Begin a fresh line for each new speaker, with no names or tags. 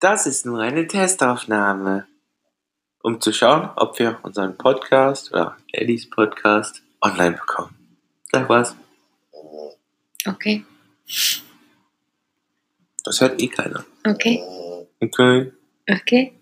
Das ist nur eine Testaufnahme, um zu schauen, ob wir unseren Podcast oder Ellis Podcast online bekommen. Sag was,
Okay,
das hört eh keiner.
okay,
Okay.
okay.